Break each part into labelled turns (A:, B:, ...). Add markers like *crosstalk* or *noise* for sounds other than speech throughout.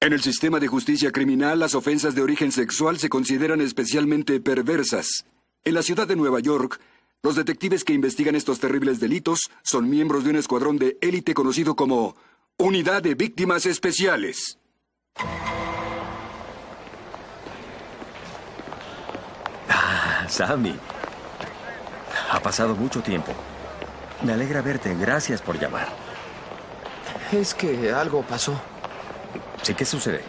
A: En el sistema de justicia criminal, las ofensas de origen sexual se consideran especialmente perversas. En la ciudad de Nueva York, los detectives que investigan estos terribles delitos son miembros de un escuadrón de élite conocido como Unidad de Víctimas Especiales.
B: Ah, Sammy. Ha pasado mucho tiempo. Me alegra verte. Gracias por llamar.
C: Es que algo pasó.
B: Sí, ¿qué sucede?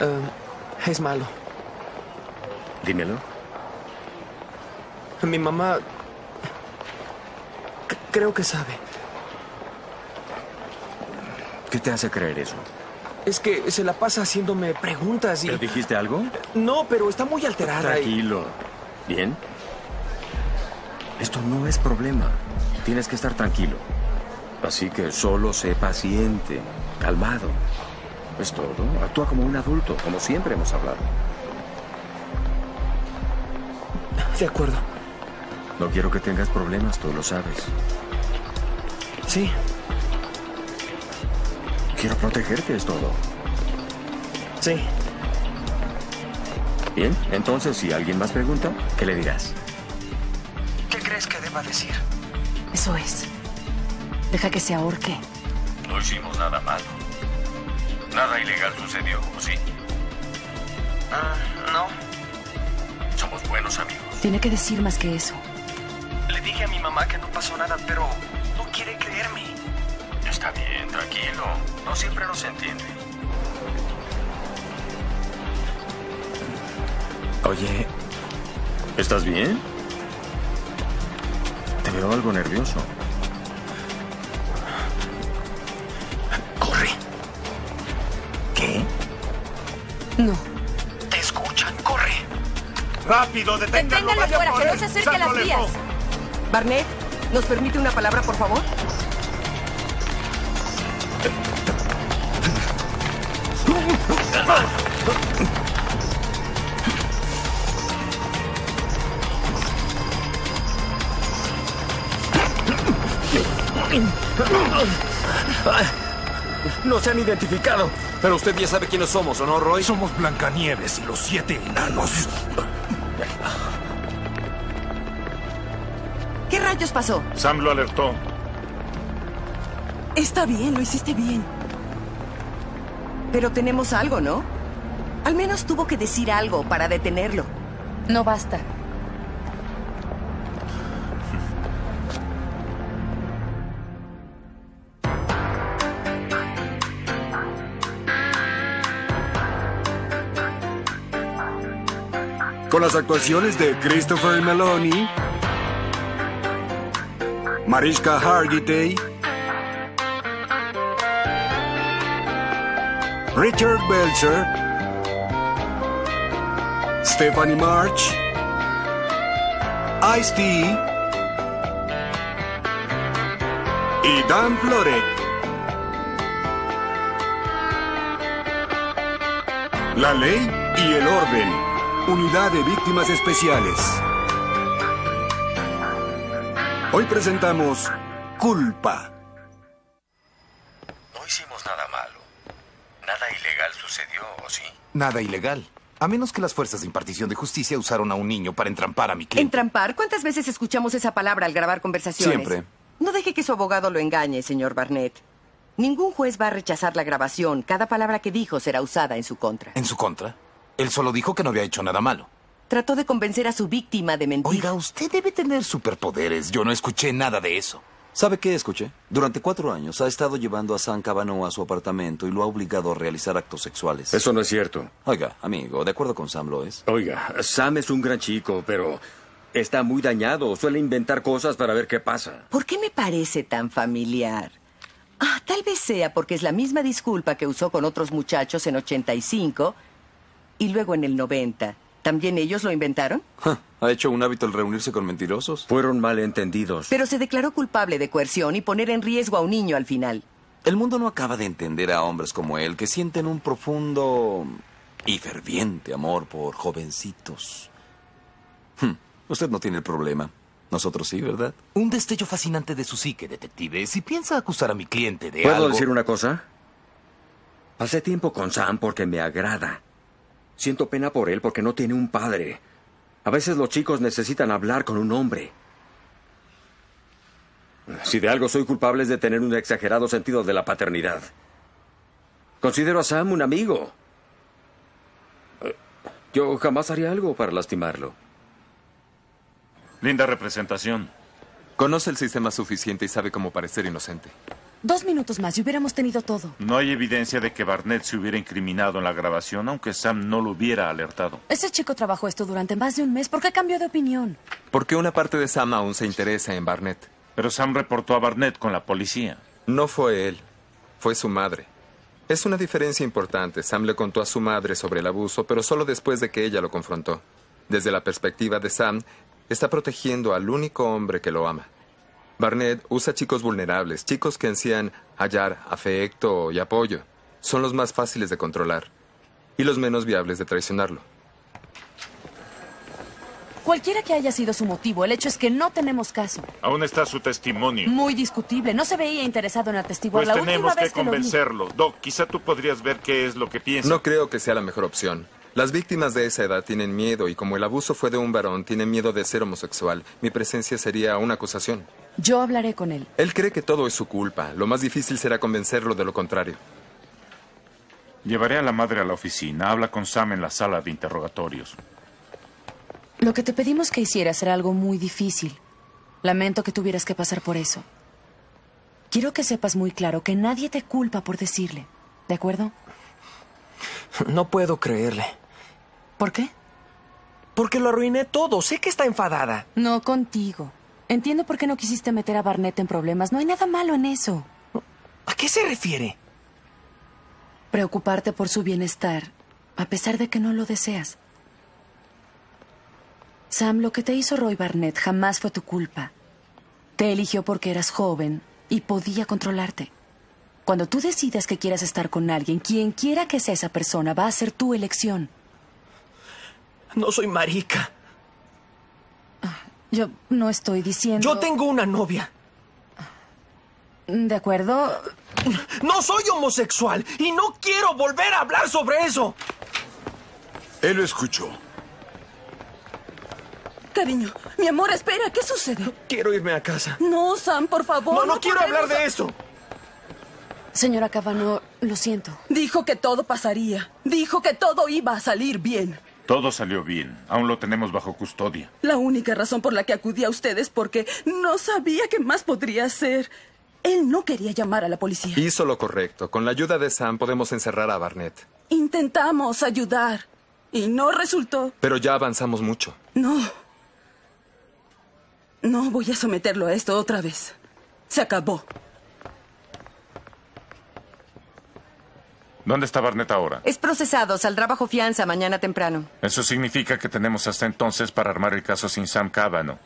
C: Eh, es malo.
B: Dímelo.
C: Mi mamá... c- Creo que sabe.
B: ¿Qué te hace creer eso?
C: Es que se la pasa haciéndome preguntas y...
B: ¿Le dijiste algo?
C: No, pero está muy alterada y...
B: Tranquilo. ¿Bien? Esto no es problema. Tienes que estar tranquilo. Así que solo sé paciente, calmado. Es todo. Actúa como un adulto, como siempre hemos hablado.
C: De acuerdo.
B: No quiero que tengas problemas, tú lo sabes.
C: Sí,
B: Quiero protegerte, es todo.
C: sí.
B: Bien, entonces si alguien más pregunta, ¿qué le dirás?
C: ¿Qué crees que deba decir?
D: Eso es. Deja que se ahorque.
B: No hicimos nada malo. Nada ilegal sucedió, ¿o sí?
C: Ah, no.
B: Somos buenos amigos.
D: Tiene que decir más que eso.
C: Le dije a mi mamá que no pasó nada, pero no quiere creerme.
B: Está bien, tranquilo. No siempre nos entiende. Oye, ¿estás bien? Te veo algo nervioso.
C: Corre.
B: ¿Qué?
D: No.
C: Te escuchan, corre.
E: ¡Rápido, deténganlo!
F: Deténganlo
E: vayan
F: fuera,
E: por
F: que no
E: él.
F: se acerque a las
E: Sáquenlo
F: vías.
E: lejos.
F: Barnett, ¿nos permite una palabra, por favor?
B: Nos han identificado.
G: Pero usted ya sabe quiénes somos, ¿o no, Roy?
E: Somos Blancanieves y los siete enanos.
F: ¿Qué rayos pasó?
E: Sam lo alertó.
F: Está bien, lo hiciste bien. Pero tenemos algo, ¿no? Al menos tuvo que decir algo para detenerlo.
D: No basta.
A: Con las actuaciones de Christopher Meloni, Mariska Hargitay, Richard Belzer, Stephanie March, Ice-T y Dan Florek. La ley y el orden. Unidad de Víctimas Especiales. Hoy presentamos Culpa.
B: No hicimos nada malo. Nada ilegal sucedió, ¿o sí?
H: Nada ilegal. A menos que las fuerzas de impartición de justicia usaron a un niño para entrampar a mi cliente.
F: Entrampar, ¿cuántas veces escuchamos esa palabra al grabar conversaciones?
H: Siempre.
F: No deje que su abogado lo engañe, señor Barnett. Ningún juez va a rechazar la grabación. Cada palabra que dijo será usada en su contra.
H: ¿En su contra? Él solo dijo que no había hecho nada malo.
F: Trató de convencer a su víctima de mentir.
H: Oiga, usted debe tener superpoderes. Yo no escuché nada de eso.
G: ¿Sabe qué escuché? Durante cuatro años ha estado llevando a San Cabano a su apartamento y lo ha obligado a realizar actos sexuales.
B: Eso no es cierto.
G: Oiga, amigo, de *laughs* acuerdo con Sam lo es.
B: Oiga, Sam es un gran chico, pero está muy dañado. Suele inventar cosas para ver qué pasa.
F: ¿Por qué me parece tan familiar? Ah, tal vez sea porque es la misma disculpa que usó con otros muchachos en 85 y luego en el 90. ¿También ellos lo inventaron?
G: Ja, ha hecho un hábito el reunirse con mentirosos.
B: Fueron malentendidos.
F: Pero se declaró culpable de coerción y poner en riesgo a un niño al final.
G: El mundo no acaba de entender a hombres como él que sienten un profundo y ferviente amor por jovencitos. Hm, usted no tiene el problema. Nosotros sí, ¿verdad?
H: Un destello fascinante de su psique, detective. Si piensa acusar a mi cliente de
B: ¿Puedo
H: algo...
B: decir una cosa? Pasé tiempo con Sam porque me agrada. Siento pena por él porque no tiene un padre. A veces los chicos necesitan hablar con un hombre. Si de algo soy culpable es de tener un exagerado sentido de la paternidad. Considero a Sam un amigo. Eh, Yo jamás haría algo para lastimarlo.
I: Linda representación.
J: Conoce el sistema suficiente y sabe cómo parecer inocente.
D: Dos minutos más y hubiéramos tenido todo.
I: No hay evidencia de que Barnett se hubiera incriminado en la grabación, aunque Sam no lo hubiera alertado.
D: Ese chico trabajó esto durante más de un mes. ¿Por qué cambió de opinión?
J: Porque una parte de Sam aún se interesa en Barnett.
I: Pero Sam reportó a Barnett con la policía.
J: No fue él, fue su madre. Es una diferencia importante. Sam le contó a su madre sobre el abuso, pero solo después de que ella lo confrontó. Desde la perspectiva de Sam, está protegiendo al único hombre que lo ama. Barnett usa chicos vulnerables, chicos que ansían hallar afecto y apoyo. Son los más fáciles de controlar y los menos viables de traicionarlo.
D: Cualquiera que haya sido su motivo, el hecho es que no tenemos caso.
E: Aún está su testimonio.
D: Muy discutible. No se veía interesado en atestiguar Mm,
E: Pues
D: la última
E: tenemos que
D: vez que lo vi.
E: convencerlo. Doc, quizá tú podrías ver qué es lo que piensa.
J: No creo que sea la mejor opción. Las víctimas de esa edad tienen miedo y como el abuso fue de un varón, tienen miedo de ser homosexual. Mi presencia sería una acusación.
D: Yo hablaré con él.
J: Él cree que todo es su culpa. Lo más difícil será convencerlo de lo contrario.
I: Llevaré a la madre a la oficina. Habla con Sam en la sala de interrogatorios.
D: Lo que te pedimos que hicieras era algo muy difícil. Lamento que tuvieras que pasar por eso. Quiero que sepas muy claro que nadie te culpa por decirle. ¿De acuerdo?
K: No puedo creerle.
D: ¿Por qué?
K: Porque lo arruiné todo. Sé que está enfadada.
D: No contigo. Entiendo por qué no quisiste meter a Barnett en problemas. No hay nada malo en eso.
K: ¿A qué se refiere?
D: Preocuparte por su bienestar, a pesar de que no lo deseas. Sam, lo que te hizo Roy Barnett jamás fue tu culpa. Te eligió porque eras joven y podía controlarte. Cuando tú decidas que quieras estar con alguien, quien quiera que sea esa persona, va a ser tu elección.
K: No soy marica.
D: Yo no estoy diciendo...
K: Yo tengo una novia.
D: De acuerdo.
K: No soy homosexual y no quiero volver a hablar sobre eso.
L: Él lo escuchó.
M: Cariño, mi amor, espera, ¿qué sucede?
K: Quiero irme a casa.
M: No, Sam, por favor.
K: No, no quiero hablar de
M: eso.
K: eso.
D: Señora Cavanaugh, lo siento.
M: Dijo que todo pasaría. Dijo que todo iba a salir bien.
I: Todo salió bien. Aún lo tenemos bajo custodia.
M: La única razón por la que acudí a ustedes porque no sabía qué más podría hacer. Él no quería llamar a la policía.
J: Hizo lo correcto. Con la ayuda de Sam podemos encerrar a Barnett.
M: Intentamos ayudar y no resultó.
J: Pero ya avanzamos mucho.
M: No. No voy a someterlo a esto otra vez. Se acabó.
I: ¿Dónde está Barnett ahora?
F: Es procesado, saldrá bajo fianza mañana temprano.
I: Eso significa que tenemos hasta entonces para armar el caso sin Sam Cavanaugh.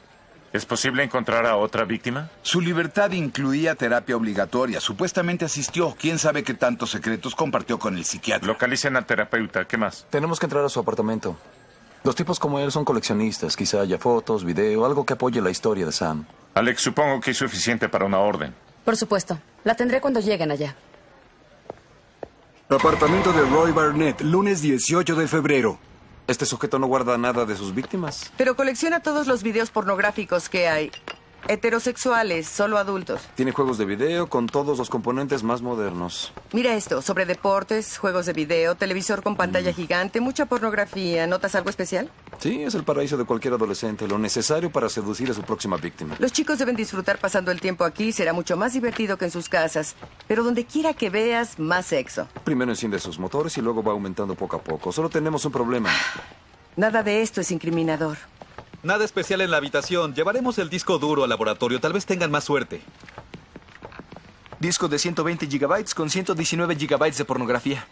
I: ¿Es posible encontrar a otra víctima?
L: Su libertad incluía terapia obligatoria. Supuestamente asistió. ¿Quién sabe qué tantos secretos compartió con el psiquiatra?
I: Localicen al terapeuta. ¿Qué más?
N: Tenemos que entrar a su apartamento. Los tipos como él son coleccionistas. Quizá haya fotos, video, algo que apoye la historia de Sam.
I: Alex, supongo que es suficiente para una orden.
D: Por supuesto. La tendré cuando lleguen allá.
A: Apartamento de Roy Barnett, lunes 18 de febrero.
G: Este sujeto no guarda nada de sus víctimas.
F: Pero colecciona todos los videos pornográficos que hay. Heterosexuales, solo adultos.
G: Tiene juegos de video con todos los componentes más modernos.
F: Mira esto, sobre deportes, juegos de video, televisor con pantalla gigante, mucha pornografía. ¿Notas algo especial?
G: Sí, es el paraíso de cualquier adolescente, lo necesario para seducir a su próxima víctima.
F: Los chicos deben disfrutar pasando el tiempo aquí, será mucho más divertido que en sus casas. Pero donde quiera que veas, más sexo.
G: Primero enciende sus motores y luego va aumentando poco a poco. Solo tenemos un problema.
F: Nada de esto es incriminador.
O: Nada especial en la habitación. Llevaremos el disco duro al laboratorio. Tal vez tengan más suerte.
K: Disco de 120 gigabytes con 119 gigabytes de pornografía.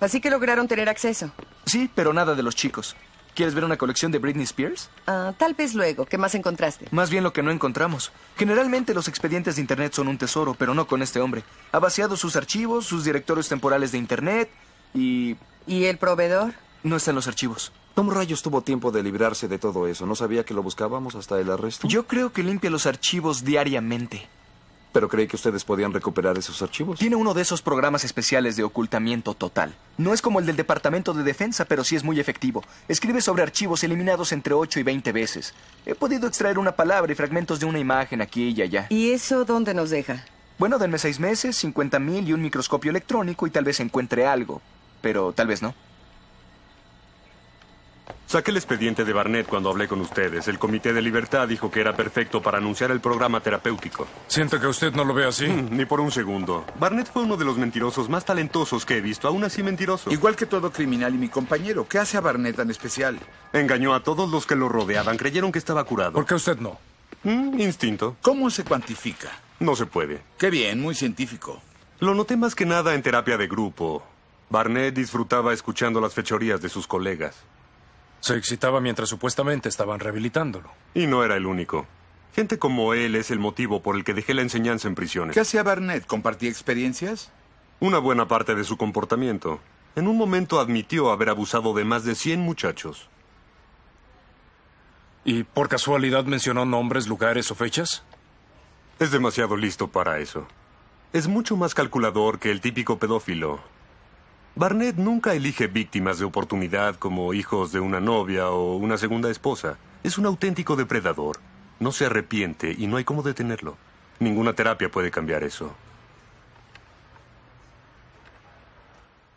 F: Así que lograron tener acceso.
K: Sí, pero nada de los chicos. ¿Quieres ver una colección de Britney Spears?
F: Ah, tal vez luego. ¿Qué más encontraste?
K: Más bien lo que no encontramos. Generalmente los expedientes de Internet son un tesoro, pero no con este hombre. Ha vaciado sus archivos, sus directorios temporales de Internet y...
F: ¿Y el proveedor?
K: No está en los archivos.
G: ¿Cómo rayos tuvo tiempo de librarse de todo eso? ¿No sabía que lo buscábamos hasta el arresto?
K: Yo creo que limpia los archivos diariamente.
N: Pero creí que ustedes podían recuperar esos archivos.
K: Tiene uno de esos programas especiales de ocultamiento total. No es como el del Departamento de Defensa, pero sí es muy efectivo. Escribe sobre archivos eliminados entre 8 y 20 veces. He podido extraer una palabra y fragmentos de una imagen aquí y allá.
F: ¿Y eso dónde nos deja?
K: Bueno, denme seis meses, 50 mil y un microscopio electrónico y tal vez encuentre algo. Pero tal vez no.
P: Saqué el expediente de Barnett cuando hablé con ustedes. El Comité de Libertad dijo que era perfecto para anunciar el programa terapéutico.
Q: Siento que usted no lo ve así.
P: Mm, Ni por un segundo. Barnett fue uno de los mentirosos más talentosos que he visto, aún así mentiroso.
L: Igual que todo criminal y mi compañero. ¿Qué hace a Barnett tan especial?
P: Engañó a todos los que lo rodeaban, creyeron que estaba curado.
Q: ¿Por qué usted no?
P: Mm, instinto.
L: ¿Cómo se cuantifica?
P: No se puede.
L: Qué bien, muy científico.
P: Lo noté más que nada en terapia de grupo. Barnett disfrutaba escuchando las fechorías de sus colegas.
Q: Se excitaba mientras supuestamente estaban rehabilitándolo.
P: Y no era el único. Gente como él es el motivo por el que dejé la enseñanza en prisiones.
L: ¿Qué hacía Barnett? ¿Compartía experiencias?
P: Una buena parte de su comportamiento. En un momento admitió haber abusado de más de 100 muchachos.
Q: ¿Y por casualidad mencionó nombres, lugares o fechas?
P: Es demasiado listo para eso. Es mucho más calculador que el típico pedófilo. Barnett nunca elige víctimas de oportunidad como hijos de una novia o una segunda esposa. Es un auténtico depredador. No se arrepiente y no hay cómo detenerlo. Ninguna terapia puede cambiar eso.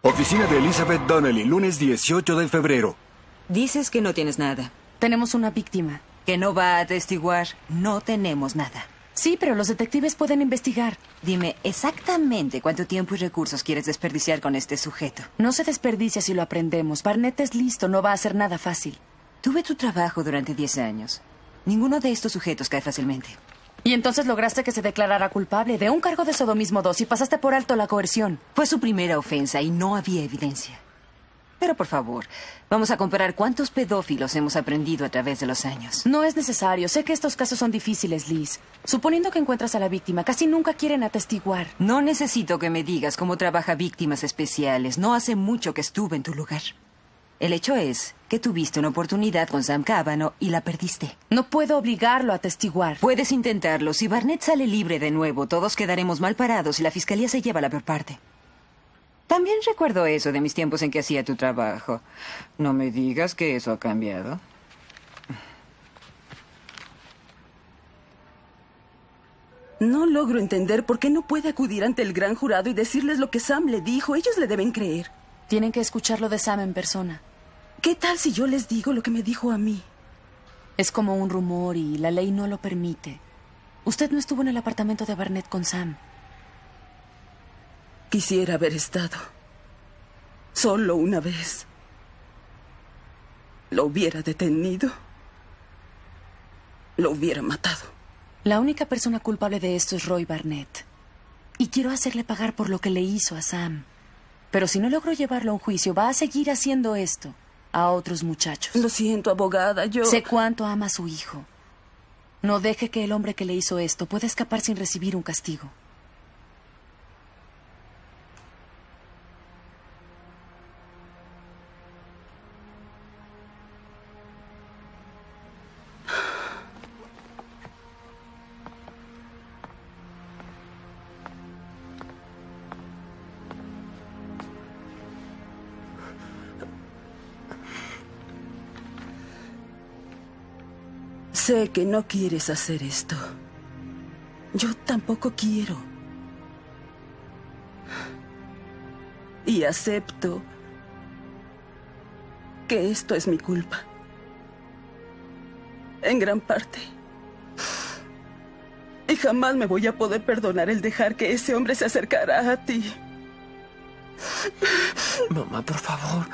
A: Oficina de Elizabeth Donnelly, lunes 18 de febrero.
R: Dices que no tienes nada.
D: Tenemos una víctima.
R: Que no va a atestiguar. No tenemos nada.
D: Sí, pero los detectives pueden investigar.
R: Dime exactamente cuánto tiempo y recursos quieres desperdiciar con este sujeto.
D: No se desperdicia si lo aprendemos. Barnett es listo, no va a ser nada fácil.
R: Tuve tu trabajo durante 10 años. Ninguno de estos sujetos cae fácilmente.
D: Y entonces lograste que se declarara culpable de un cargo de sodomismo 2 y pasaste por alto la coerción.
R: Fue su primera ofensa y no había evidencia. Pero por favor, vamos a comparar cuántos pedófilos hemos aprendido a través de los años.
D: No es necesario. Sé que estos casos son difíciles, Liz. Suponiendo que encuentras a la víctima, casi nunca quieren atestiguar.
R: No necesito que me digas cómo trabaja víctimas especiales. No hace mucho que estuve en tu lugar. El hecho es que tuviste una oportunidad con Sam Cábano y la perdiste.
D: No puedo obligarlo a atestiguar.
R: Puedes intentarlo. Si Barnett sale libre de nuevo, todos quedaremos mal parados y la fiscalía se lleva la peor parte. También recuerdo eso de mis tiempos en que hacía tu trabajo. No me digas que eso ha cambiado.
M: No logro entender por qué no puede acudir ante el gran jurado y decirles lo que Sam le dijo. Ellos le deben creer.
D: Tienen que escucharlo de Sam en persona.
M: ¿Qué tal si yo les digo lo que me dijo a mí?
D: Es como un rumor y la ley no lo permite. Usted no estuvo en el apartamento de Barnett con Sam.
M: Quisiera haber estado. Solo una vez. Lo hubiera detenido. Lo hubiera matado.
D: La única persona culpable de esto es Roy Barnett. Y quiero hacerle pagar por lo que le hizo a Sam. Pero si no logro llevarlo a un juicio, va a seguir haciendo esto a otros muchachos.
M: Lo siento, abogada, yo...
D: Sé cuánto ama a su hijo. No deje que el hombre que le hizo esto pueda escapar sin recibir un castigo.
M: Sé que no quieres hacer esto. Yo tampoco quiero. Y acepto que esto es mi culpa. En gran parte. Y jamás me voy a poder perdonar el dejar que ese hombre se acercara a ti.
B: Mamá, por favor.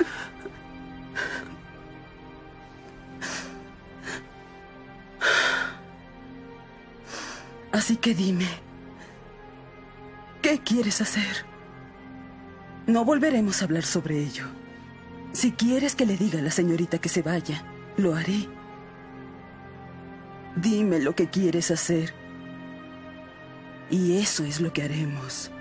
M: Así que dime, ¿qué quieres hacer? No volveremos a hablar sobre ello. Si quieres que le diga a la señorita que se vaya, lo haré. Dime lo que quieres hacer. Y eso es lo que haremos.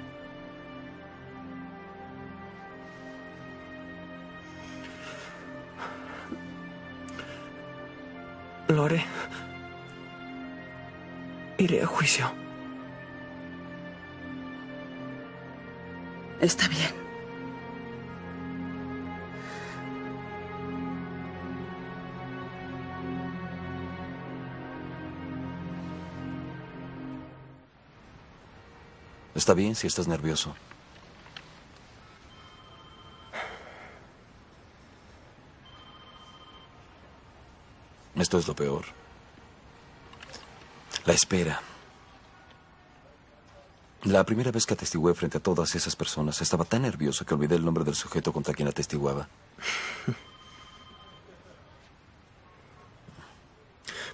B: Lo haré. Iré a juicio.
M: Está bien.
G: Está bien si estás nervioso. Esto es lo peor. La espera. La primera vez que atestigué frente a todas esas personas, estaba tan nervioso que olvidé el nombre del sujeto contra quien atestiguaba.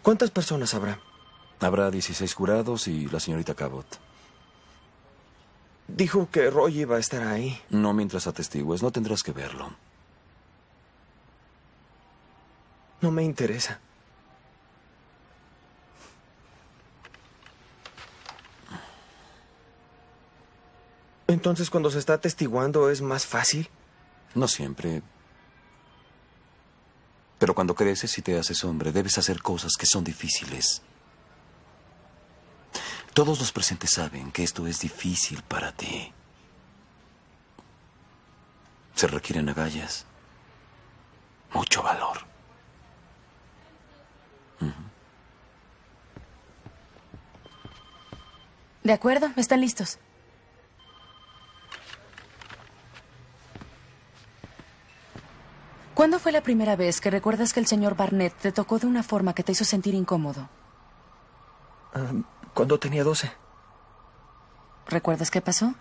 S: ¿Cuántas personas habrá?
G: Habrá 16 jurados y la señorita Cabot.
S: Dijo que Roy iba a estar ahí.
G: No mientras atestigues, no tendrás que verlo.
S: No me interesa. Entonces, cuando se está atestiguando, ¿es más fácil?
G: No siempre. Pero cuando creces y te haces hombre, debes hacer cosas que son difíciles. Todos los presentes saben que esto es difícil para ti. Se requieren agallas. Mucho valor.
D: De acuerdo, están listos. ¿Cuándo fue la primera vez que recuerdas que el señor Barnett te tocó de una forma que te hizo sentir incómodo?
S: Ah, cuando tenía 12.
D: ¿Recuerdas qué pasó?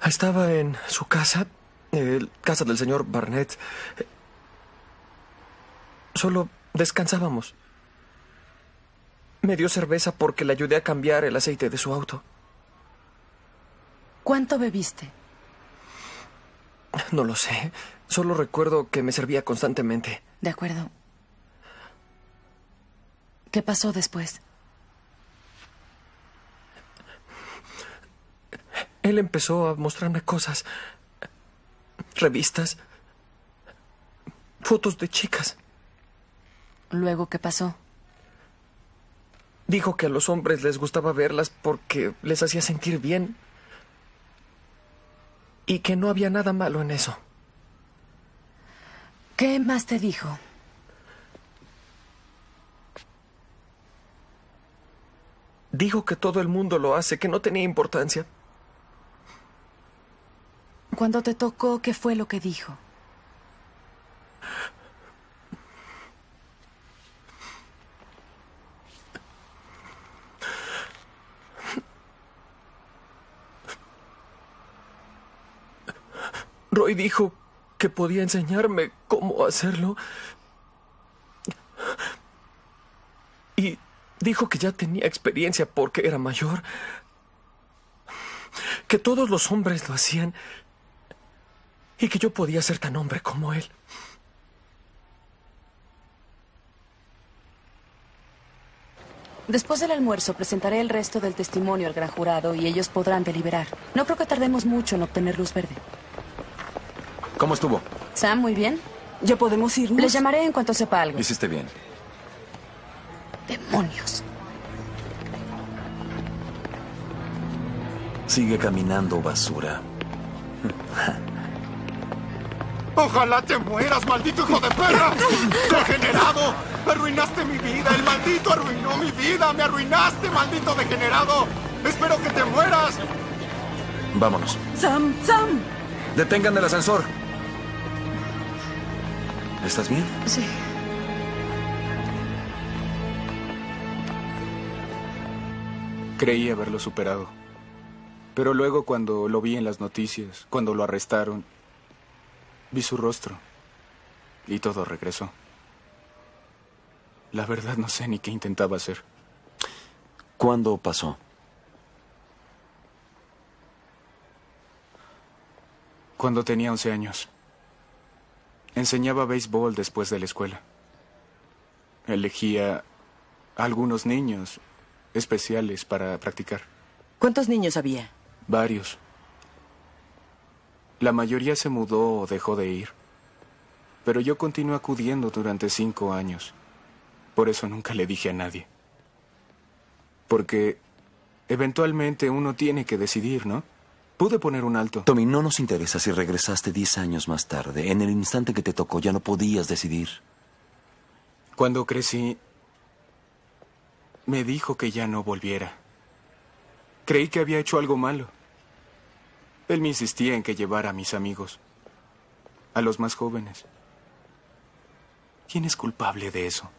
S: Ah, Estaba en su casa, eh, casa del señor Barnett. Eh, Solo descansábamos. Me dio cerveza porque le ayudé a cambiar el aceite de su auto.
D: ¿Cuánto bebiste?
S: No lo sé. Solo recuerdo que me servía constantemente.
D: De acuerdo. ¿Qué pasó después?
S: Él empezó a mostrarme cosas. Revistas. Fotos de chicas.
D: Luego, ¿qué pasó?
S: Dijo que a los hombres les gustaba verlas porque les hacía sentir bien. Y que no había nada malo en eso.
D: ¿Qué más te dijo?
S: Dijo que todo el mundo lo hace, que no tenía importancia.
D: Cuando te tocó, ¿qué fue lo que dijo?
S: Roy dijo que podía enseñarme cómo hacerlo. Y dijo que ya tenía experiencia porque era mayor. Que todos los hombres lo hacían. Y que yo podía ser tan hombre como él.
D: Después del almuerzo presentaré el resto del testimonio al gran jurado y ellos podrán deliberar. No creo que tardemos mucho en obtener luz verde.
N: ¿Cómo estuvo?
D: Sam, muy bien.
M: ¿Ya podemos irnos?
D: Les llamaré en cuanto sepa algo.
N: Hiciste bien.
D: Demonios.
G: Sigue caminando, basura.
L: ¡Ojalá te mueras, maldito hijo de perra! ¡Degenerado! ¡Arruinaste mi vida! ¡El maldito arruinó mi vida! ¡Me arruinaste, maldito degenerado! ¡Espero que te mueras!
N: Vámonos.
M: Sam, Sam.
N: Detengan el ascensor.
G: ¿Estás bien?
D: Sí.
T: Creí haberlo superado. Pero luego cuando lo vi en las noticias, cuando lo arrestaron, vi su rostro. Y todo regresó. La verdad no sé ni qué intentaba hacer.
G: ¿Cuándo pasó?
T: Cuando tenía 11 años. Enseñaba béisbol después de la escuela. Elegía a algunos niños especiales para practicar.
F: ¿Cuántos niños había?
T: Varios. La mayoría se mudó o dejó de ir. Pero yo continué acudiendo durante cinco años. Por eso nunca le dije a nadie. Porque Eventualmente uno tiene que decidir, ¿no? Pude poner un alto.
G: Tommy, no nos interesa si regresaste 10 años más tarde. En el instante que te tocó ya no podías decidir.
T: Cuando crecí, me dijo que ya no volviera. Creí que había hecho algo malo. Él me insistía en que llevara a mis amigos, a los más jóvenes. ¿Quién es culpable de eso?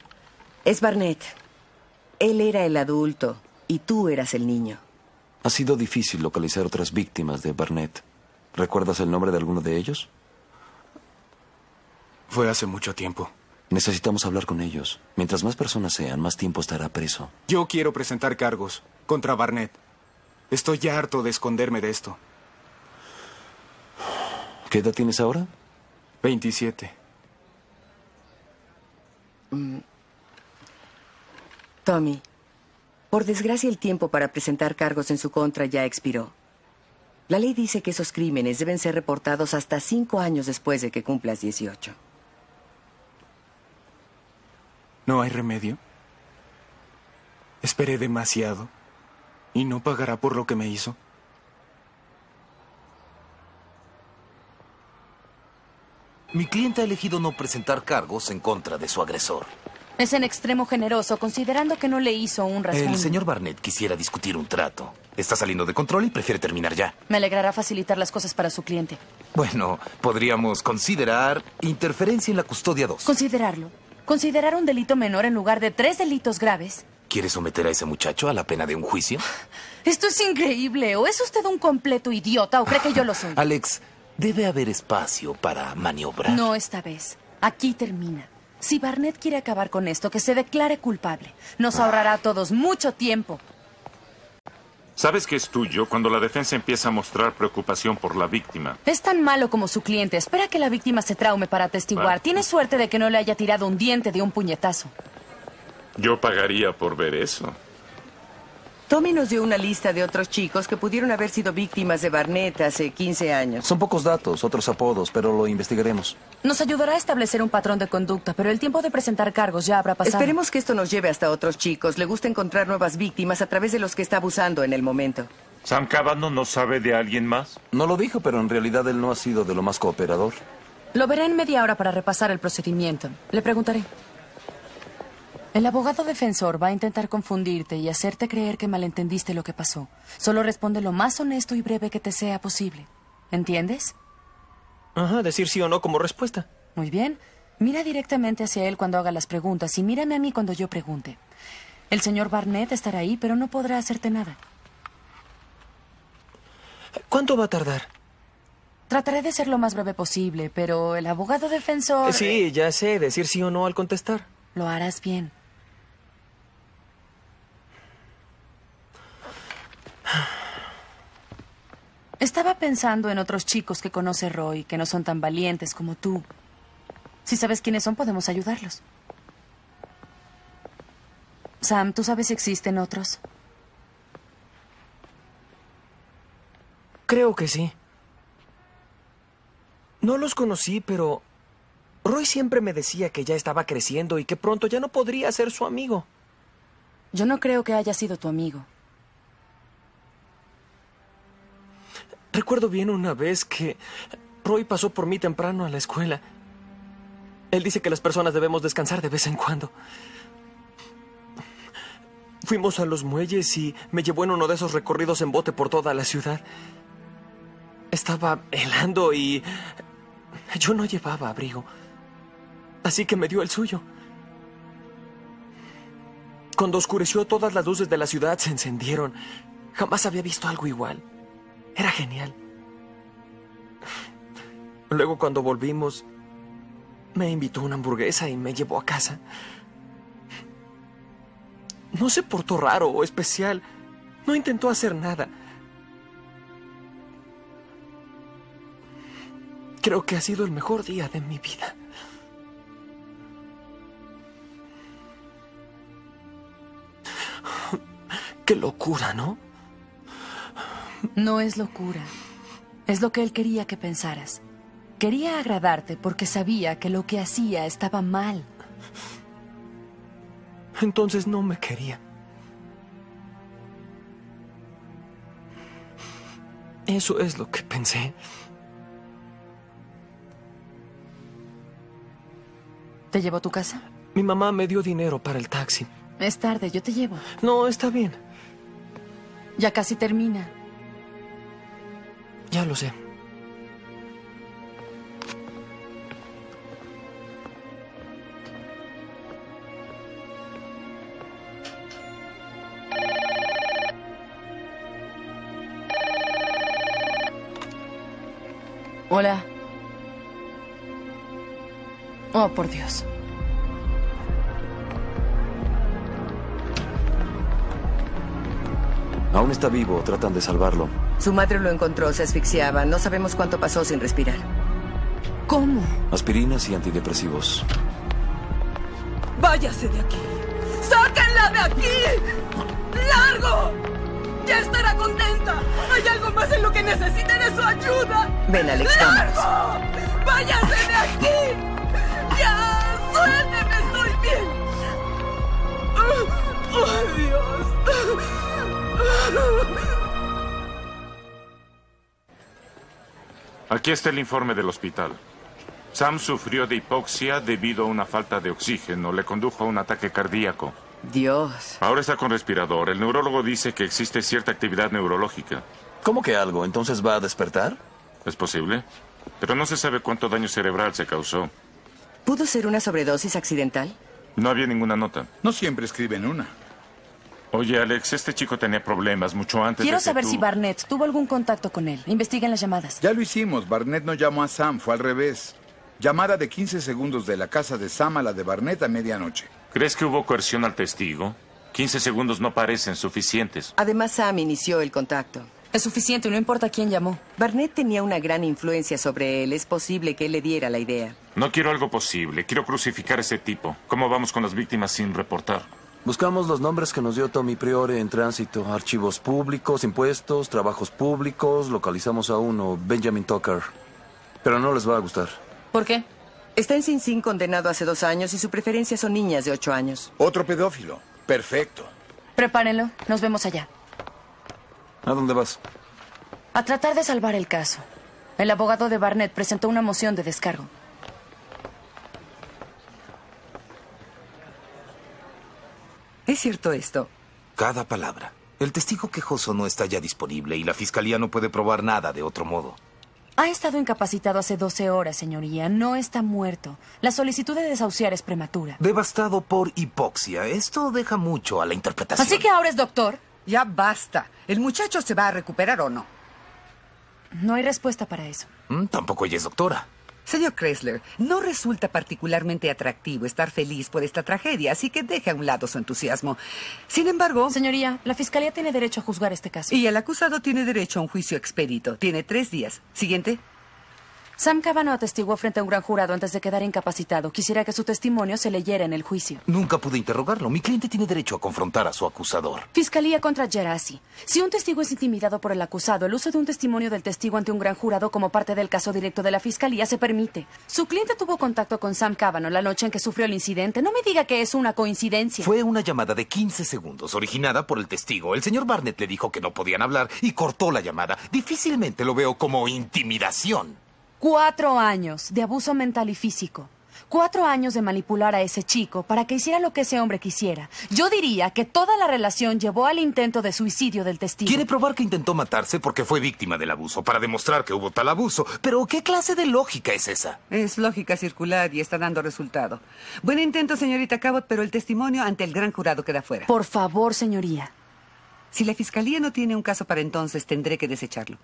F: Es Barnett. Él era el adulto y tú eras el niño.
G: Ha sido difícil localizar otras víctimas de Barnett. ¿Recuerdas el nombre de alguno de ellos?
T: Fue hace mucho tiempo.
G: Necesitamos hablar con ellos. Mientras más personas sean, más tiempo estará preso.
T: Yo quiero presentar cargos contra Barnett. Estoy ya harto de esconderme de esto.
G: ¿Qué edad tienes ahora?
T: 27.
F: Mm. Tommy, por desgracia el tiempo para presentar cargos en su contra ya expiró. La ley dice que esos crímenes deben ser reportados hasta cinco años después de que cumplas 18.
T: ¿No hay remedio? Esperé demasiado y no pagará por lo que me hizo.
G: Mi cliente ha elegido no presentar cargos en contra de su agresor.
D: Es en extremo generoso, considerando que no le hizo un rasguño.
G: El señor Barnett quisiera discutir un trato. Está saliendo de control y prefiere terminar ya.
D: Me alegrará facilitar las cosas para su cliente.
G: Bueno, podríamos considerar interferencia en la custodia 2.
D: Considerarlo. Considerar un delito menor en lugar de tres delitos graves.
G: ¿Quiere someter a ese muchacho a la pena de un juicio?
D: Esto es increíble. ¿O es usted un completo idiota o cree que yo lo soy?
G: Alex, debe haber espacio para maniobrar.
D: No esta vez. Aquí termina. Si Barnett quiere acabar con esto, que se declare culpable. Nos ahorrará a todos mucho tiempo.
E: ¿Sabes que es tuyo cuando la defensa empieza a mostrar preocupación por la víctima?
D: Es tan malo como su cliente. Espera que la víctima se traume para atestiguar.
E: Vale.
D: Tiene suerte de que no le haya tirado un diente de un puñetazo.
E: Yo pagaría por ver eso.
F: Tommy nos dio una lista de otros chicos que pudieron haber sido víctimas de Barnett hace 15 años.
G: Son pocos datos, otros apodos, pero lo investigaremos.
D: Nos ayudará a establecer un patrón de conducta, pero el tiempo de presentar cargos ya habrá pasado.
F: Esperemos que esto nos lleve hasta otros chicos. Le gusta encontrar nuevas víctimas a través de los que está abusando en el momento.
E: ¿Sam Cabano no sabe de alguien más?
G: No lo dijo, pero en realidad él no ha sido de lo más cooperador.
D: Lo veré en media hora para repasar el procedimiento. Le preguntaré. El abogado defensor va a intentar confundirte y hacerte creer que malentendiste lo que pasó. Solo responde lo más honesto y breve que te sea posible. ¿Entiendes?
S: Ajá, decir sí o no como respuesta.
D: Muy bien. Mira directamente hacia él cuando haga las preguntas y mírame a mí cuando yo pregunte. El señor Barnett estará ahí, pero no podrá hacerte nada.
S: ¿Cuánto va a tardar?
D: Trataré de ser lo más breve posible, pero el abogado defensor...
S: Eh, Sí, ya sé, decir sí o no al contestar.
D: Lo harás bien. Estaba pensando en otros chicos que conoce Roy, que no son tan valientes como tú. Si sabes quiénes son, podemos ayudarlos. Sam, ¿tú sabes si existen otros?
S: Creo que sí. No los conocí, pero Roy siempre me decía que ya estaba creciendo y que pronto ya no podría ser su amigo.
D: Yo no creo que haya sido tu amigo.
S: Recuerdo bien una vez que Roy pasó por mí temprano a la escuela. Él dice que las personas debemos descansar de vez en cuando. Fuimos a los muelles y me llevó en uno de esos recorridos en bote por toda la ciudad. Estaba helando y yo no llevaba abrigo. Así que me dio el suyo. Cuando oscureció todas las luces de la ciudad se encendieron. Jamás había visto algo igual. Era genial. Luego cuando volvimos, me invitó a una hamburguesa y me llevó a casa. No se portó raro o especial. No intentó hacer nada. Creo que ha sido el mejor día de mi vida. Qué locura, ¿no?
D: No es locura. Es lo que él quería que pensaras. Quería agradarte porque sabía que lo que hacía estaba mal.
S: Entonces no me quería. Eso es lo que pensé.
D: ¿Te llevo a tu casa?
S: Mi mamá me dio dinero para el taxi.
D: Es tarde, yo te llevo.
S: No, está bien.
D: Ya casi termina.
S: Ya lo sé.
D: Hola. Oh, por Dios.
N: Aún está vivo, tratan de salvarlo.
F: Su madre lo encontró, se asfixiaba. No sabemos cuánto pasó sin respirar.
D: ¿Cómo?
N: Aspirinas y antidepresivos.
U: Váyase de aquí. ¡Sáquenla de aquí! ¡Largo! ¡Ya estará contenta! ¡Hay algo más en lo que necesita de su ayuda!
F: Ven, Alex
U: ¡Largo! ¡Váyase de aquí! ¡Ya! ¡Suélteme! ¡Estoy bien! ¡Oh, oh, Dios!
E: Aquí está el informe del hospital. Sam sufrió de hipoxia debido a una falta de oxígeno. Le condujo a un ataque cardíaco.
F: Dios.
E: Ahora está con respirador. El neurólogo dice que existe cierta actividad neurológica.
N: ¿Cómo que algo? ¿Entonces va a despertar?
E: Es posible. Pero no se sabe cuánto daño cerebral se causó.
F: ¿Pudo ser una sobredosis accidental?
E: No había ninguna nota.
V: No siempre escriben una.
E: Oye, Alex, este chico tenía problemas mucho antes
D: Quiero
E: de que
D: saber
E: tú-
D: si Barnett tuvo algún contacto con él. Investiguen las llamadas.
V: Ya lo hicimos, Barnett no llamó a Sam, fue al revés. Llamada de 15 segundos de la casa de Sam a la de Barnett a medianoche.
E: ¿Crees que hubo coerción al testigo? 15 segundos no parecen suficientes.
F: Además, Sam inició el contacto.
D: Es suficiente, no importa quién llamó.
F: Barnett tenía una gran influencia sobre él. Es posible que él le diera la idea.
E: No quiero algo posible. Quiero crucificar a ese tipo. ¿Cómo vamos con las víctimas sin reportar?
N: Buscamos los nombres que nos dio Tommy Priore en tránsito, archivos públicos, impuestos, trabajos públicos, localizamos a uno, Benjamin Tucker. Pero no les va a gustar.
D: ¿Por qué?
F: Está en Sin Sin condenado hace dos años y su preferencia son niñas de ocho años.
V: Otro pedófilo. Perfecto.
D: Prepárenlo, nos vemos allá.
N: ¿A dónde vas?
D: A tratar de salvar el caso. El abogado de Barnett presentó una moción de descargo.
F: ¿Es cierto esto?
H: Cada palabra. El testigo quejoso no está ya disponible y la fiscalía no puede probar nada de otro modo.
D: Ha estado incapacitado hace 12 horas, señoría. No está muerto. La solicitud de desahuciar es prematura.
H: Devastado por hipoxia. Esto deja mucho a la interpretación.
W: ¿Ah,
D: Así que ahora es doctor.
W: Ya basta. ¿El muchacho se va a recuperar o no?
D: No hay respuesta para eso.
H: Mm, tampoco ella es doctora.
W: Señor Kressler, no resulta particularmente atractivo estar feliz por esta tragedia, así que deje a un lado su entusiasmo. Sin embargo...
D: Señoría, la Fiscalía tiene derecho a juzgar este caso.
W: Y el acusado tiene derecho a un juicio expedito. Tiene tres días. Siguiente.
D: Sam Cavanaugh atestiguó frente a un gran jurado antes de quedar incapacitado. Quisiera que su testimonio se leyera en el juicio.
H: Nunca pude interrogarlo. Mi cliente tiene derecho a confrontar a su acusador.
D: Fiscalía contra Gerasi. Si un testigo es intimidado por el acusado, el uso de un testimonio del testigo ante un gran jurado como parte del caso directo de la fiscalía se permite. Su cliente tuvo contacto con Sam Cavanaugh la noche en que sufrió el incidente. No me diga que es una coincidencia.
H: Fue una llamada de 15 segundos originada por el testigo. El señor Barnett le dijo que no podían hablar y cortó la llamada. Difícilmente lo veo como intimidación.
D: Cuatro años de abuso mental y físico. Cuatro años de manipular a ese chico para que hiciera lo que ese hombre quisiera. Yo diría que toda la relación llevó al intento de suicidio del testigo.
H: Quiere probar que intentó matarse porque fue víctima del abuso, para demostrar que hubo tal abuso. Pero, ¿qué clase de lógica es esa?
W: Es lógica circular y está dando resultado. Buen intento, señorita Cabot, pero el testimonio ante el gran jurado queda fuera.
D: Por favor, señoría.
W: Si la fiscalía no tiene un caso para entonces, tendré que desecharlo.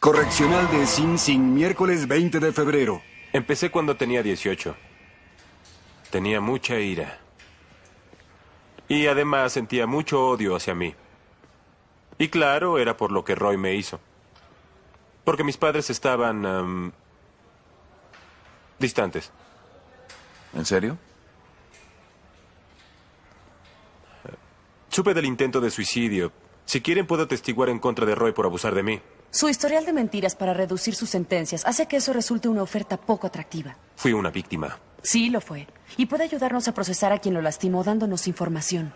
A: Correccional de Sin Sin, miércoles 20 de febrero.
X: Empecé cuando tenía 18. Tenía mucha ira. Y además sentía mucho odio hacia mí. Y claro, era por lo que Roy me hizo. Porque mis padres estaban... am, distantes.
N: ¿En serio?
X: Supe del intento de suicidio. Si quieren puedo testiguar en contra de Roy por abusar de mí.
D: Su historial de mentiras para reducir sus sentencias hace que eso resulte una oferta poco atractiva.
X: Fui una víctima.
D: Sí, lo fue. Y puede ayudarnos a procesar a quien lo lastimó dándonos información.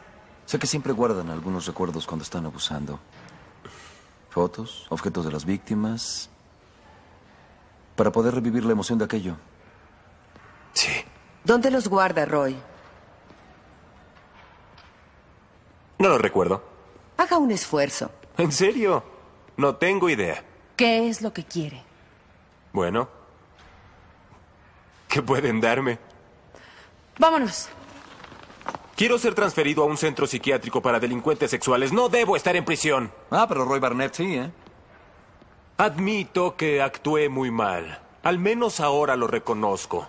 G: Sé que siempre guardan algunos recuerdos cuando están abusando. Fotos, objetos de las víctimas. Para poder revivir la emoción de aquello.
F: ¿Dónde los guarda Roy?
X: No lo recuerdo.
F: Haga un esfuerzo.
X: ¿En serio? No tengo idea.
D: ¿Qué es lo que quiere?
X: Bueno. ¿Qué pueden darme?
D: Vámonos.
X: Quiero ser transferido a un centro psiquiátrico para delincuentes sexuales. No debo estar en prisión.
G: Ah, pero Roy Barnett sí, ¿eh?
X: Admito que actué muy mal. Al menos ahora lo reconozco.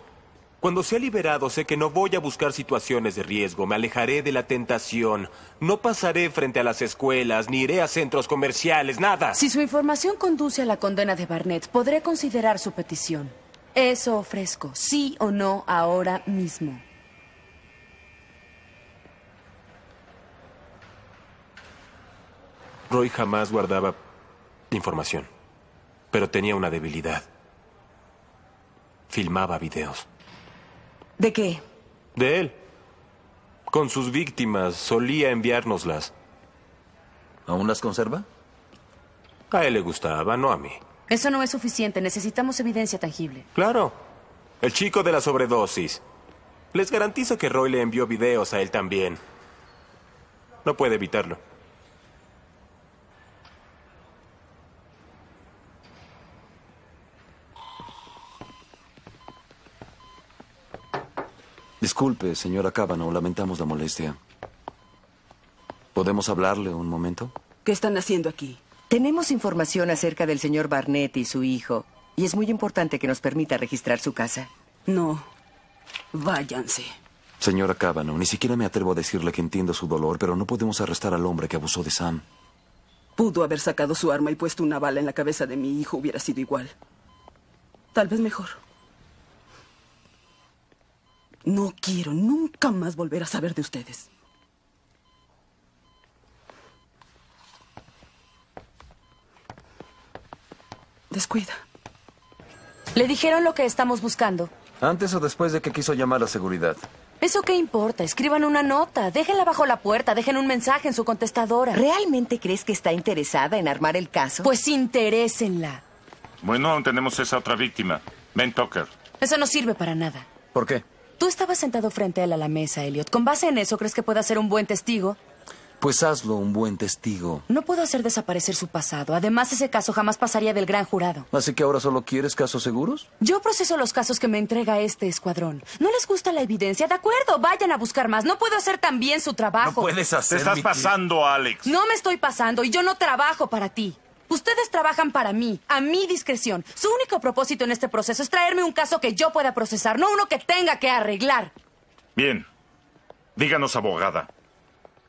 X: Cuando sea liberado, sé que no voy a buscar situaciones de riesgo. Me alejaré de la tentación. No pasaré frente a las escuelas, ni iré a centros comerciales, nada.
D: Si su información conduce a la condena de Barnett, podré considerar su petición. Eso ofrezco, sí o no, ahora mismo.
X: Roy jamás guardaba información, pero tenía una debilidad. Filmaba videos.
D: ¿De qué?
X: De él. Con sus víctimas solía enviárnoslas.
G: ¿Aún las conserva?
X: A él le gustaba, no a mí.
D: Eso no es suficiente, necesitamos evidencia tangible.
X: Claro. El chico de la sobredosis. Les garantizo que Roy le envió videos a él también. No puede evitarlo.
G: Disculpe, señora Cábano, lamentamos la molestia. ¿Podemos hablarle un momento?
F: ¿Qué están haciendo aquí? Tenemos información acerca del señor Barnett y su hijo, y es muy importante que nos permita registrar su casa.
M: No. Váyanse.
G: Señora Cábano, ni siquiera me atrevo a decirle que entiendo su dolor, pero no podemos arrestar al hombre que abusó de Sam.
M: Pudo haber sacado su arma y puesto una bala en la cabeza de mi hijo, hubiera sido igual. Tal vez mejor. No quiero nunca más volver a saber de ustedes. Descuida.
D: Le dijeron lo que estamos buscando.
N: ¿Antes o después de que quiso llamar a seguridad?
D: ¿Eso qué importa? Escriban una nota, déjenla bajo la puerta, dejen un mensaje en su contestadora.
F: ¿Realmente crees que está interesada en armar el caso?
D: Pues interésenla.
E: Bueno, aún tenemos esa otra víctima. Ben Tucker.
D: Eso no sirve para nada.
N: ¿Por qué?
D: Tú estabas sentado frente a él a la mesa, Elliot. ¿Con base en eso crees que pueda ser un buen testigo?
G: Pues hazlo un buen testigo.
D: No puedo hacer desaparecer su pasado. Además, ese caso jamás pasaría del gran jurado.
N: ¿Así que ahora solo quieres casos seguros?
D: Yo proceso los casos que me entrega este escuadrón. ¿No les gusta la evidencia? De acuerdo, vayan a buscar más. No puedo hacer tan bien su trabajo.
E: Te estás pasando, Alex.
D: No me estoy pasando y yo no trabajo para ti. Ustedes trabajan para mí, a mi discreción. Su único propósito en este proceso es traerme un caso que yo pueda procesar, no uno que tenga que arreglar.
E: Bien. Díganos, abogada.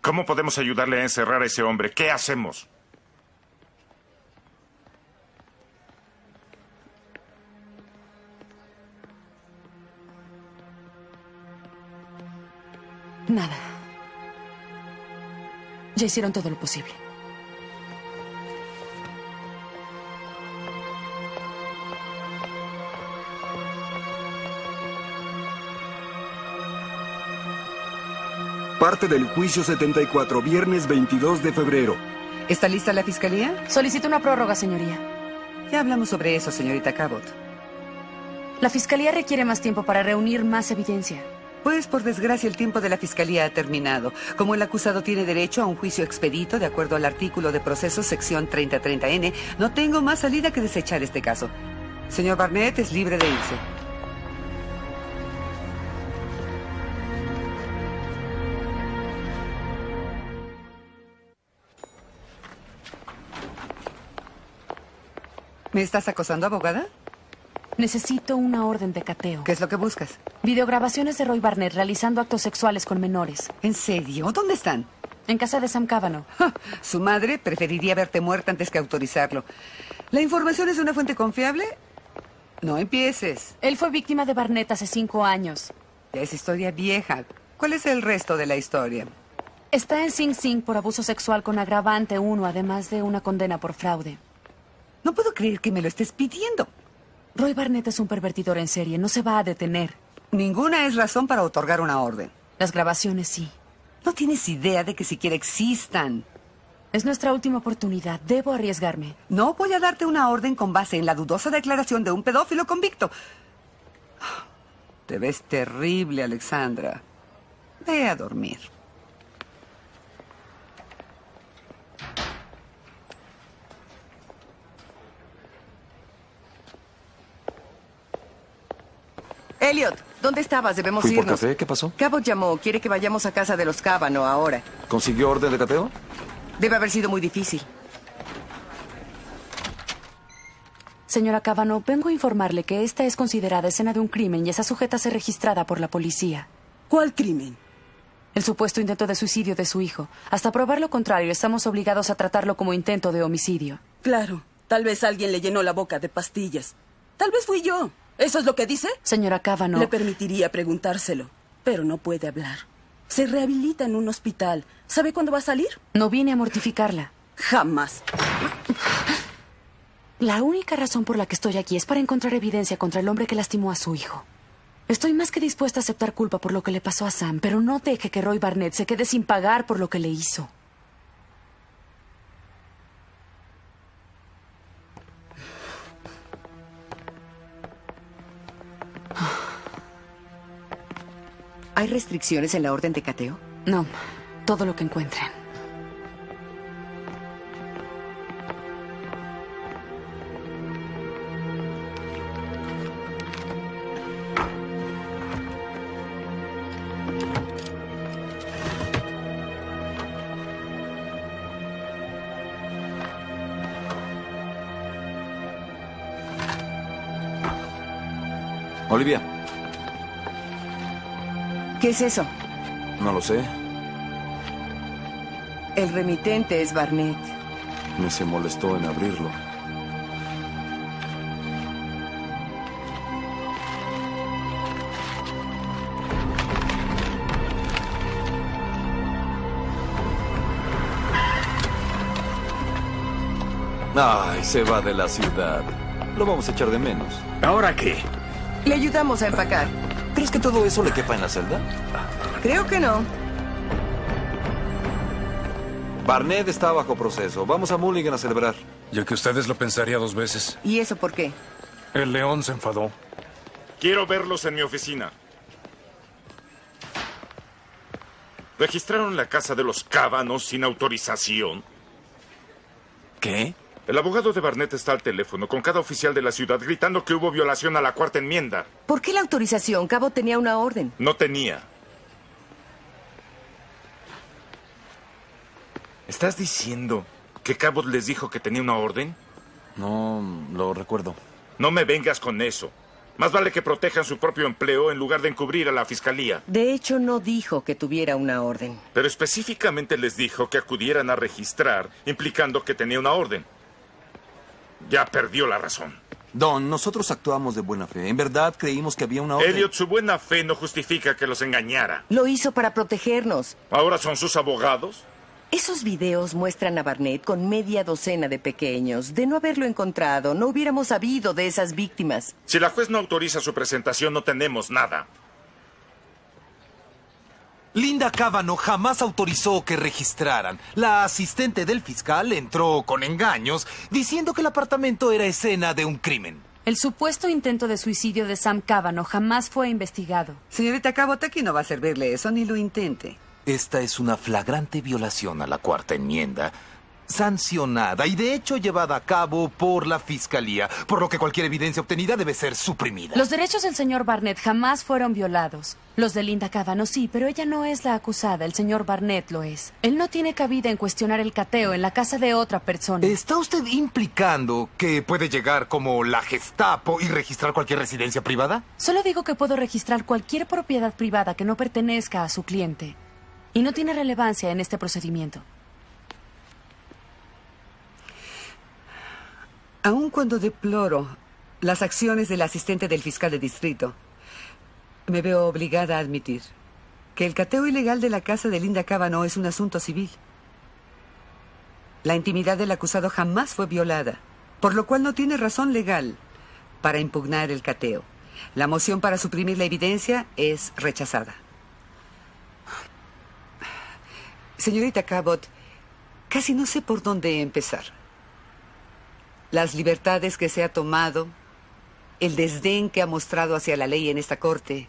E: ¿Cómo podemos ayudarle a encerrar a ese hombre? ¿Qué hacemos?
D: Nada. Ya hicieron todo lo posible.
A: Parte del juicio 74, viernes 22 de febrero.
W: ¿Está lista la fiscalía?
D: Solicito una prórroga, señoría.
W: Ya hablamos sobre eso, señorita Cabot.
D: La fiscalía requiere más tiempo para reunir más evidencia.
W: Pues, por desgracia, el tiempo de la fiscalía ha terminado. Como el acusado tiene derecho a un juicio expedito, de acuerdo al artículo de proceso sección 3030N, no tengo más salida que desechar este caso. Señor Barnett es libre de irse. ¿Me estás acosando, abogada?
D: Necesito una orden de cateo.
W: ¿Qué es lo que buscas?
D: Videograbaciones de Roy Barnett realizando actos sexuales con menores.
W: ¿En serio? ¿Dónde están?
D: En casa de Sam
W: *laughs*
D: Cábano.
W: Su madre preferiría verte muerta antes que autorizarlo. ¿La información es de una fuente confiable? No empieces.
D: Él fue víctima de Barnett hace cinco años.
W: Ya es historia vieja. ¿Cuál es el resto de la historia?
D: Está en Sing Sing por abuso sexual con agravante 1, además de una condena por fraude.
W: No puedo creer que me lo estés pidiendo.
D: Roy Barnett es un pervertidor en serie, no se va a detener.
W: Ninguna es razón para otorgar una orden.
D: Las grabaciones sí.
W: No tienes idea de que siquiera existan.
D: Es nuestra última oportunidad. Debo arriesgarme.
W: No voy a darte una orden con base en la dudosa declaración de un pedófilo convicto. Te ves terrible, Alexandra. Ve a dormir.
F: Elliot, ¿dónde estabas? Debemos
G: Fui por
F: irnos.
G: café, ¿qué pasó?
F: Cabo llamó, quiere que vayamos a casa de los Cábano ahora.
G: ¿Consiguió orden de cateo?
F: Debe haber sido muy difícil.
D: Señora Cábano, vengo a informarle que esta es considerada escena de un crimen y está sujeta a ser registrada por la policía.
M: ¿Cuál crimen?
D: El supuesto intento de suicidio de su hijo. Hasta probar lo contrario, estamos obligados a tratarlo como intento de homicidio.
M: Claro, tal vez alguien le llenó la boca de pastillas. Tal vez fui yo. ¿Eso es lo que dice?
D: Señora Cábano.
M: Le permitiría preguntárselo, pero no puede hablar. Se rehabilita en un hospital. ¿Sabe cuándo va a salir?
D: No vine a mortificarla.
M: Jamás.
D: La única razón por la que estoy aquí es para encontrar evidencia contra el hombre que lastimó a su hijo. Estoy más que dispuesta a aceptar culpa por lo que le pasó a Sam, pero no deje que Roy Barnett se quede sin pagar por lo que le hizo.
F: ¿Hay restricciones en la orden de cateo?
D: No, todo lo que encuentren.
G: Olivia,
F: ¿Qué es eso?
G: no lo sé.
F: El remitente es Barnett.
G: Me se molestó en abrirlo. Ay, se va de la ciudad. Lo vamos a echar de menos.
B: ¿Ahora qué?
F: Le ayudamos a empacar.
G: ¿Crees que todo eso le quepa en la celda?
F: Creo que no.
G: Barnett está bajo proceso. Vamos a Mulligan a celebrar.
Q: Ya que ustedes lo pensaría dos veces.
F: ¿Y eso por qué?
Q: El león se enfadó.
E: Quiero verlos en mi oficina. Registraron la casa de los cábanos sin autorización.
G: ¿Qué?
E: El abogado de Barnett está al teléfono con cada oficial de la ciudad gritando que hubo violación a la cuarta enmienda.
F: ¿Por qué la autorización? Cabo tenía una orden.
E: No tenía. ¿Estás diciendo que Cabot les dijo que tenía una orden?
G: No lo recuerdo.
E: No me vengas con eso. Más vale que protejan su propio empleo en lugar de encubrir a la fiscalía.
F: De hecho, no dijo que tuviera una orden.
E: Pero específicamente les dijo que acudieran a registrar, implicando que tenía una orden. Ya perdió la razón.
G: Don, nosotros actuamos de buena fe. En verdad creímos que había una orden.
E: Elliot, su buena fe no justifica que los engañara.
F: Lo hizo para protegernos.
E: ¿Ahora son sus abogados?
F: Esos videos muestran a Barnett con media docena de pequeños. De no haberlo encontrado, no hubiéramos sabido de esas víctimas.
E: Si la juez no autoriza su presentación, no tenemos nada.
H: Linda Cábano jamás autorizó que registraran. La asistente del fiscal entró con engaños diciendo que el apartamento era escena de un crimen.
D: El supuesto intento de suicidio de Sam Cábano jamás fue investigado.
W: Señorita Cabot, aquí no va a servirle eso, ni lo intente.
H: Esta es una flagrante violación a la cuarta enmienda, sancionada y de hecho llevada a cabo por la fiscalía, por lo que cualquier evidencia obtenida debe ser suprimida.
D: Los derechos del señor Barnett jamás fueron violados. Los de Linda Cábano sí, pero ella no es la acusada, el señor Barnett lo es. Él no tiene cabida en cuestionar el cateo en la casa de otra
F: Eh.
D: persona.
H: ¿Está usted implicando que puede llegar como la Gestapo y registrar cualquier residencia privada?
D: Solo digo que puedo registrar cualquier propiedad privada que no pertenezca a su cliente. Y no tiene relevancia en este procedimiento.
W: Aun cuando deploro las acciones del asistente del fiscal de distrito, me veo obligada a admitir que el cateo ilegal de la casa de Linda Cábano es un asunto civil. La intimidad del acusado jamás fue violada, por lo cual no tiene razón legal para impugnar el cateo. La moción para suprimir la evidencia es rechazada. Señorita Cabot, casi no sé por dónde empezar. Las libertades que se ha tomado, el desdén que ha mostrado hacia la ley en esta corte,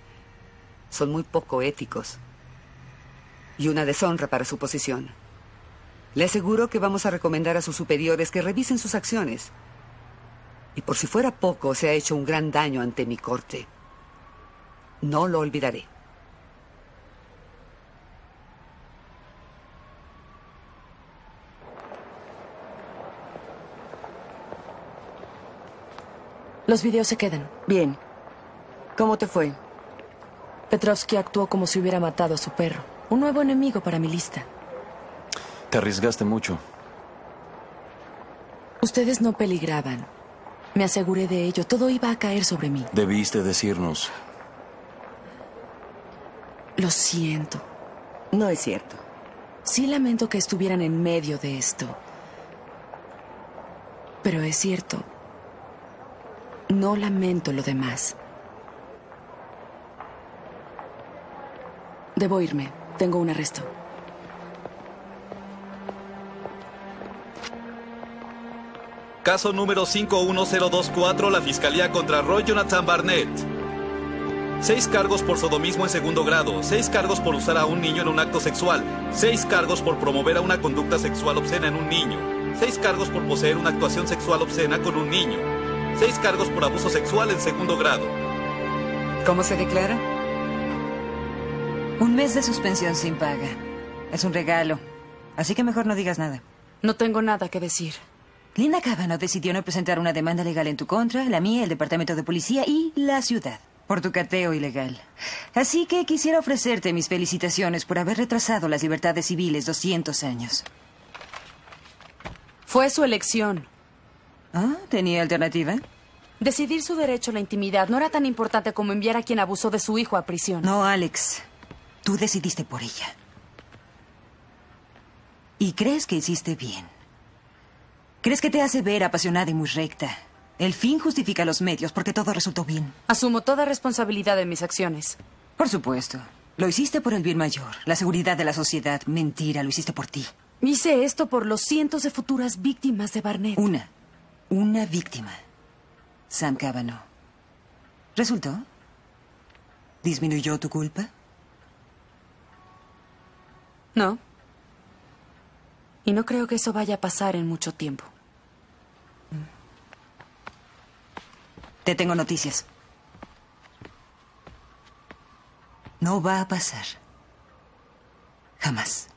W: son muy poco éticos. Y una deshonra para su posición. Le aseguro que vamos a recomendar a sus superiores que revisen sus acciones. Y por si fuera poco, se ha hecho un gran daño ante mi corte. No lo olvidaré.
D: Los videos se quedan.
F: Bien. ¿Cómo te fue?
D: Petrovsky actuó como si hubiera matado a su perro. Un nuevo enemigo para mi lista.
N: Te arriesgaste mucho.
D: Ustedes no peligraban. Me aseguré de ello. Todo iba a caer sobre mí.
N: Debiste decirnos.
D: Lo siento.
F: No es cierto.
D: Sí lamento que estuvieran en medio de esto. Pero es cierto. No lamento lo demás. Debo irme. Tengo un arresto.
C: Caso número 51024, la Fiscalía contra Roy Jonathan Barnett. Seis cargos por sodomismo en segundo grado, seis cargos por usar a un niño en un acto sexual, seis cargos por promover a una conducta sexual obscena en un niño, seis cargos por poseer una actuación sexual obscena con un niño, seis cargos por abuso sexual en segundo grado.
W: ¿Cómo se declara?
R: Un mes de suspensión sin paga. Es un regalo. Así que mejor no digas nada.
D: No tengo nada que decir.
R: Linda Kavanaugh decidió no presentar una demanda legal en tu contra, la mía, el departamento de policía y la ciudad. Por tu cateo ilegal. Así que quisiera ofrecerte mis felicitaciones por haber retrasado las libertades civiles 200 años.
D: Fue su elección.
R: Ah, ¿tenía alternativa?
D: Decidir su derecho a la intimidad no era tan importante como enviar a quien abusó de su hijo a prisión.
R: No, Alex. Tú decidiste por ella. Y crees que hiciste bien. Crees que te hace ver apasionada y muy recta. El fin justifica los medios porque todo resultó bien.
D: Asumo toda responsabilidad de mis acciones.
R: Por supuesto. Lo hiciste por el bien mayor, la seguridad de la sociedad. Mentira, lo hiciste por ti.
D: Hice esto por los cientos de futuras víctimas de Barnett.
R: Una. Una víctima. Sam Cavanaugh. ¿Resultó? ¿Disminuyó tu culpa?
D: No. Y no creo que eso vaya a pasar en mucho tiempo.
R: Te tengo noticias. No va a pasar. Jamás.